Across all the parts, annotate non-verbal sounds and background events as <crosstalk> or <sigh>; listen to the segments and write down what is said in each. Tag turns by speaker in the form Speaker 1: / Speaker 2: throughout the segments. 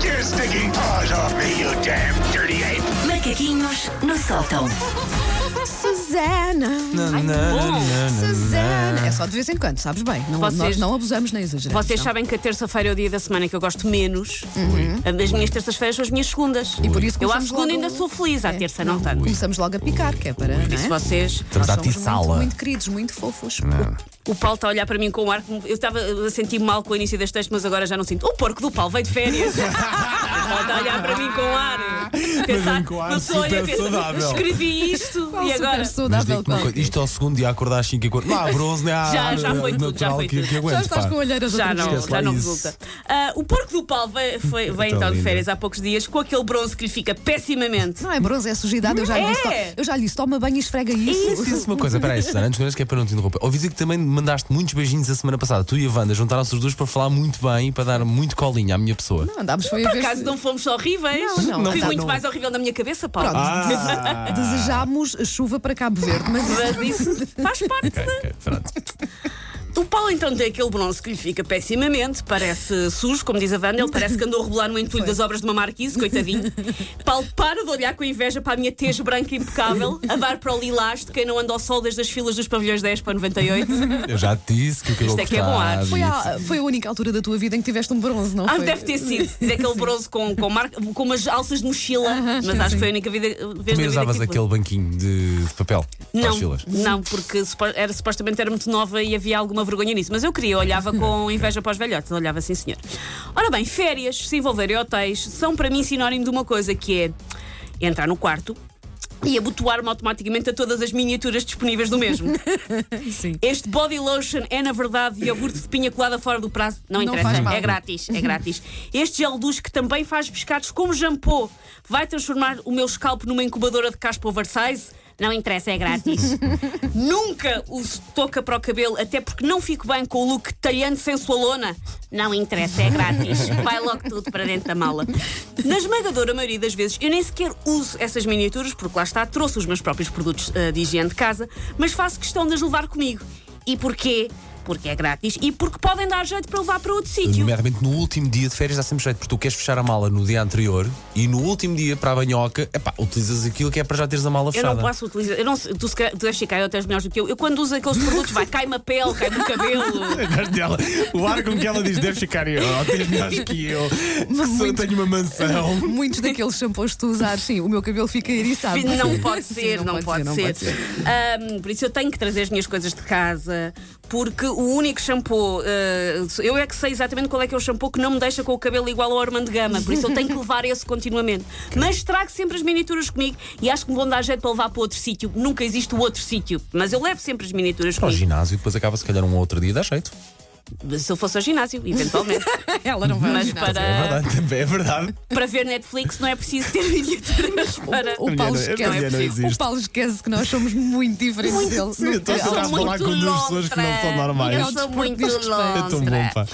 Speaker 1: fucking paws off me, you damn dirty ape!
Speaker 2: Macaquinhos no sótão.
Speaker 3: Susana! Susana! É só de vez em quando, sabes bem. Não-
Speaker 4: Vocês-
Speaker 3: Nós não abusamos nem exageramos.
Speaker 4: Vocês
Speaker 3: não.
Speaker 4: sabem que a terça-feira é o dia da semana que eu gosto menos. As minhas terças-feiras são as minhas segundas.
Speaker 3: Uhum. E por isso
Speaker 4: eu à
Speaker 3: começamos
Speaker 4: segunda
Speaker 3: logo-
Speaker 4: ainda sou feliz, à
Speaker 3: É,
Speaker 4: terça não tanto.
Speaker 3: Começamos logo a picar, que é para.
Speaker 4: Por
Speaker 3: não
Speaker 4: isso
Speaker 3: é?
Speaker 4: vocês.
Speaker 3: Nós
Speaker 5: Estamos à
Speaker 3: somos muito,
Speaker 5: tiçala.
Speaker 3: muito queridos, muito fofos.
Speaker 4: O Paulo está a olhar para mim com um ar que eu estava a sentir mal com o início deste texto, mas agora já não sinto. O porco do Paulo veio de
Speaker 3: <laughs>
Speaker 4: férias. Ele está a olhar para mim com um ar. Pensar,
Speaker 5: um ar
Speaker 4: uma pessoa olha e
Speaker 5: super saudável.
Speaker 4: escrevi isto
Speaker 3: Qual
Speaker 4: e
Speaker 3: super
Speaker 4: agora.
Speaker 5: Mas
Speaker 3: saudável
Speaker 5: digo-te uma
Speaker 3: qual?
Speaker 5: coisa, isto é o segundo dia a acordar às 5 e 4. Lá, bronze, né? à
Speaker 4: Já-
Speaker 5: área
Speaker 4: já foi tudo,
Speaker 5: natural
Speaker 4: já foi
Speaker 5: que,
Speaker 4: tudo.
Speaker 5: que aguento,
Speaker 3: Já estás
Speaker 5: pá.
Speaker 3: com olheiras
Speaker 4: Já
Speaker 3: outra
Speaker 4: não,
Speaker 3: vez.
Speaker 5: Esquece
Speaker 4: já
Speaker 5: lá
Speaker 4: não
Speaker 5: isso.
Speaker 4: resulta. Ah, o porco do Paulo veio, foi, veio
Speaker 5: Tão
Speaker 4: então de
Speaker 5: lindo.
Speaker 4: férias há poucos dias com aquele bronze que lhe fica pessimamente.
Speaker 3: Não é bronze, é sujidade. Eu já, lhe
Speaker 4: É.
Speaker 3: disse, to- eu já lhe disse, toma banho e esfrega isso.
Speaker 5: Isso, isso, uma coisa, peraí, Susana, antes de mais, que é para não te interromper. Ouvi dizer que também mandaste muitos beijinhos a semana passada. Tu e a Wanda juntaram-se os dois para falar muito bem e para dar muito colinho à minha pessoa.
Speaker 3: Não, andámos foi a
Speaker 4: Por
Speaker 3: ver.
Speaker 4: acaso
Speaker 3: se-
Speaker 4: não fomos horríveis?
Speaker 3: Não, não,
Speaker 4: Fui
Speaker 3: não,
Speaker 4: muito
Speaker 5: não.
Speaker 4: mais horrível na minha cabeça, Paulo.
Speaker 3: Pronto,
Speaker 5: Ah.
Speaker 3: dese- desejámos chuva para Cabo Verde, mas
Speaker 4: Mas isso faz parte
Speaker 5: Ok, ok, pronto.
Speaker 4: da- O Paulo então tem aquele bronze que lhe fica pessimamente, parece sujo, como diz a Wanda, ele parece que andou a rebolar no entulho das obras de uma marquise, coitadinho. Paulo para de olhar com inveja para a minha tez branca impecável, a dar para o lilás de quem não anda ao sol desde as filas dos pavilhões 10 para 98.
Speaker 5: Eu já te disse que o cabelo
Speaker 4: Isto é que é bom ar.
Speaker 5: cortado
Speaker 3: foi,
Speaker 5: e
Speaker 3: a, foi a única altura da tua vida em que tiveste um bronze, não
Speaker 4: Ah,
Speaker 3: foi?
Speaker 4: deve ter sido. Daquele bronze com, com, marca- com umas alças de mochila, mas acho que foi a única vida, vez da vida
Speaker 5: Também
Speaker 4: que
Speaker 5: usavas
Speaker 4: tive.
Speaker 5: aquele banquinho de, de papel para as
Speaker 4: Não,
Speaker 5: filas.
Speaker 4: não, porque supo- era, supostamente era muito nova e havia alguma vergonha nisso. Mas eu queria, eu olhava com inveja para os velhotes, eu olhava assim, senhor. Ora bem, férias, se envolverem hotéis, são para mim sinónimo de uma coisa que é entrar no quarto. E abotoar-me automaticamente a todas as miniaturas disponíveis do mesmo.
Speaker 3: Sim.
Speaker 4: Este body lotion é, na verdade, iogurte de pinha colada fora do prazo. Não,
Speaker 3: Não
Speaker 4: interessa,
Speaker 3: faz mal.
Speaker 4: é grátis,
Speaker 3: <laughs>
Speaker 4: é grátis. Este gel duche que também faz pescados como jampô vai transformar o meu scalp numa incubadora de caspa oversize? Não interessa, é grátis. Nunca uso touca para o cabelo, até porque não fico bem com o look talhante sensualona. Não interessa, é grátis. Vai logo tudo para dentro da mala. Na esmagadora maioria das vezes, eu nem sequer uso essas miniaturas, porque lá está, trouxe os meus próprios produtos ah, de higiene de casa, mas faço questão de as levar comigo. E porquê? Porque é grátis e porque podem dar jeito para levar para outro sítio.
Speaker 5: Nomeadamente no último dia de férias dá sempre jeito, porque tu queres fechar a mala no dia anterior e no último dia para a banhoca, epá, utilizas aquilo que é para já teres a mala
Speaker 4: Eu
Speaker 5: fechada.
Speaker 4: não posso utilizar. Eu não, sei- tu, se calhar- tu deves ficar outras melhores do que eu. Eu quando uso aqueles produtos, vai, cai-me a pele, cai-me o cabelo.
Speaker 5: Mas dela- o ar com que ela diz deve ficar eu, tens melhores que eu, que só
Speaker 3: Muito.
Speaker 5: tenho uma mansão.
Speaker 3: <laughs> Muitos daqueles shampoos que tu usares, sim, o meu cabelo fica
Speaker 5: Ah,
Speaker 3: eriçado.
Speaker 4: Não pode
Speaker 3: <laughs> Sim,
Speaker 4: ser, não, pode, ser. Ahm, por isso eu tenho que trazer as minhas coisas de casa, porque o único shampoo, eh, eu é que sei exatamente qual é que é o shampoo que não me deixa com o cabelo igual ao Armando Gama, por isso eu tenho que levar esse
Speaker 5: <laughs>
Speaker 4: continuamente. Mas trago sempre as miniaturas comigo e acho que me vão dar jeito para levar para outro sítio. Nunca existe o outro sítio, mas eu levo sempre as miniaturas
Speaker 5: Para o
Speaker 4: comigo.
Speaker 5: ginásio, depois acaba se calhar um outro dia, dá jeito.
Speaker 4: Se eu fosse ao ginásio,
Speaker 5: <laughs>
Speaker 4: eventualmente.
Speaker 3: <laughs> Ela não vai
Speaker 4: Mas
Speaker 3: imaginar.
Speaker 4: para-
Speaker 5: É verdade, também é verdade.
Speaker 4: para ver Netflix não é preciso ter <laughs> miniaturas para.
Speaker 3: O Paulo,
Speaker 5: A minha não- a
Speaker 3: esquece,
Speaker 5: minha não existe.
Speaker 3: o Paulo esquece que nós somos muito diferentes dele.
Speaker 5: sim, eu tô a
Speaker 3: Ele-
Speaker 5: tentar falar com duas pessoas que não são normais.
Speaker 4: Eu sou muito
Speaker 3: É
Speaker 4: lontra.
Speaker 5: tão bom, pá.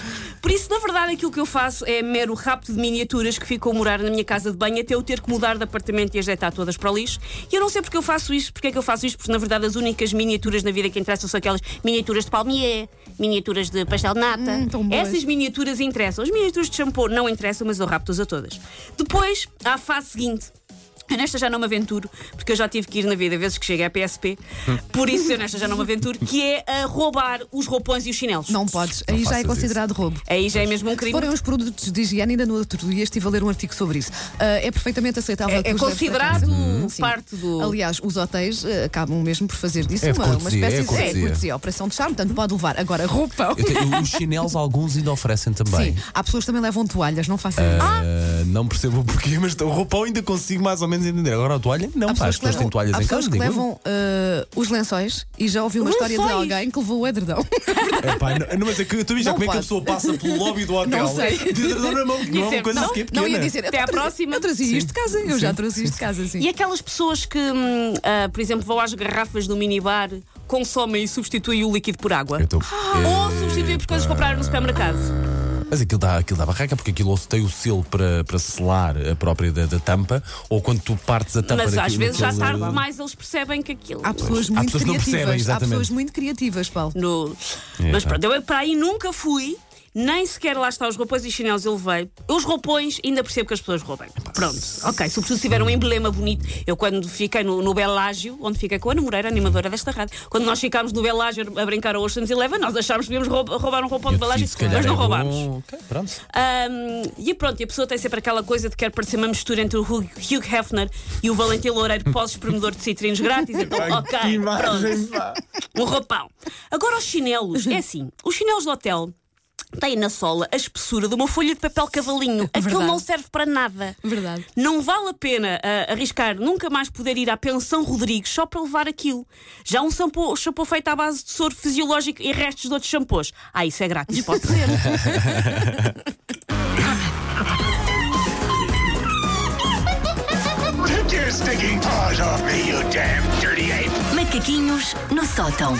Speaker 4: Por isso, na verdade, aquilo que eu faço é mero rapto de miniaturas que ficam a morar na minha casa de banho até eu ter que mudar de apartamento e as deitar todas para o lixo. E eu não sei porque eu faço isto, porque é que eu faço isto, porque na verdade as únicas miniaturas na vida que interessam são aquelas miniaturas de palmier, miniaturas de pastel de nata.
Speaker 3: Hum, tão boas.
Speaker 4: Essas miniaturas interessam. As miniaturas de shampoo não interessam, mas eu rapto-as a todas. Depois, há a fase seguinte. Eu nesta já não me aventuro, porque eu já tive que ir na vida vezes que cheguei à PSP, por isso eu nesta já não me aventuro, que é a roubar os roupões e os chinelos.
Speaker 3: Não podes, aí já é
Speaker 5: faças
Speaker 3: considerado roubo.
Speaker 4: Aí já é mesmo um crime.
Speaker 3: Foram os produtos de higiene, ainda no outro dia estive a ler um artigo sobre isso. Ah, é perfeitamente aceitável.
Speaker 4: É-
Speaker 3: que
Speaker 4: é
Speaker 3: os leves para
Speaker 4: considerado
Speaker 3: casa.
Speaker 4: Hum,
Speaker 3: Sim.
Speaker 4: parte do-
Speaker 3: Aliás, os hotéis ah, acabam mesmo por fazer disso
Speaker 5: É de
Speaker 3: uma, uma
Speaker 5: cortesia,
Speaker 3: espécie
Speaker 5: é
Speaker 3: de
Speaker 5: cortesia.
Speaker 3: cortesia, operação de charme, portanto pode levar. Agora, roupão.
Speaker 5: Eu tenho- os chinelos, alguns ainda oferecem também.
Speaker 3: Sim, há pessoas que também levam toalhas, não façam isso.
Speaker 5: Ah, não percebo o porquê, mas o roupão ainda consigo mais ou menos entender. Agora a toalha, não,
Speaker 3: Há
Speaker 5: pá,
Speaker 3: pessoas
Speaker 5: as
Speaker 3: que
Speaker 5: pessoas têm
Speaker 3: levam,
Speaker 5: toalhas
Speaker 3: há
Speaker 5: em
Speaker 3: pessoas
Speaker 5: casa,
Speaker 3: que
Speaker 5: digo eu.
Speaker 3: levam ah, os lençóis e já ouvi uma história de
Speaker 4: Lençóis?
Speaker 3: alguém que levou o <laughs> edredão.
Speaker 5: É pá, não, não, mas é que eu também já
Speaker 3: Não
Speaker 5: como é que a
Speaker 3: pode.
Speaker 5: pessoa passa pelo lobby do hotel
Speaker 3: Não sei.
Speaker 5: de dedão na mão, que não é uma
Speaker 4: Dizer,
Speaker 5: coisa
Speaker 4: não,
Speaker 5: sequer pequena.
Speaker 3: Não ia dizer, eu
Speaker 4: Até à
Speaker 3: trazia-
Speaker 4: próxima.
Speaker 3: Eu trazia isto de casa, eu já trouxe isto de casa, sim.
Speaker 4: E aquelas pessoas que, hum, ah, por exemplo, vão às garrafas do minibar, consomem e substituem o líquido por água. Ah,
Speaker 5: Eu tô-
Speaker 4: Ou substituem por coisas que compraram no supermercado.
Speaker 5: Mas aquilo dá, aquilo dá barraca, porque aquilo ou se tem o selo para, para selar a própria da, da tampa, ou quando tu partes a tampa
Speaker 4: Mas
Speaker 5: daquilo-
Speaker 4: às vezes já
Speaker 5: daquele-
Speaker 4: tarde demais eles percebem que aquilo.
Speaker 3: Há pessoas
Speaker 5: Há
Speaker 3: muito
Speaker 5: pessoas que não
Speaker 3: criativas.
Speaker 5: percebem,
Speaker 3: há pessoas
Speaker 5: exatamente.
Speaker 3: muito criativas, Paulo.
Speaker 4: no-
Speaker 5: É,
Speaker 4: Mas
Speaker 5: pá.
Speaker 4: pronto, eu para aí nunca fui. nem sequer lá está os roupões e chinelos eu levei. Eu os roupões ainda percebo que as pessoas roubem. Pronto, ok. Sobretudo se tiver um emblema bonito. Eu quando fiquei no, no Belágio, onde fiquei com a Ana Moreira, animadora desta rádio, quando nós ficámos no Belágio a brincar ao Ocean's Eleven, nós achámos que íamos roubar, roubar um roupão
Speaker 5: Eu
Speaker 4: de
Speaker 5: te
Speaker 4: Belágio,
Speaker 5: fiz, se calhar
Speaker 4: mas não
Speaker 5: é bom.
Speaker 4: roubámos.
Speaker 5: Ok, pronto.
Speaker 4: Um, e pronto, e a pessoa tem sempre aquela coisa de quer parecer uma mistura entre o Hugh, Hugh Hefner e o Valentim Loureiro pós-espremedor de citrinos grátis. Então, ok, pronto. Um roupão. Agora, os chinelos. É assim, os chinelos do hotel têm na sola a espessura de uma folha de papel cavalinho. Aquilo
Speaker 3: Verdade.
Speaker 4: não serve para nada.
Speaker 3: Verdade.
Speaker 4: Não vale a pena ah, arriscar nunca mais poder ir à pensão Rodrigues só para levar aquilo. Já um shampoo, shampoo feito à base de soro fisiológico e restos de outros shampoos. Ah, isso é grátis, pode ser.
Speaker 1: Take your stinking paws off me, you damn dirty ape!
Speaker 2: Macaquinhos no sótão.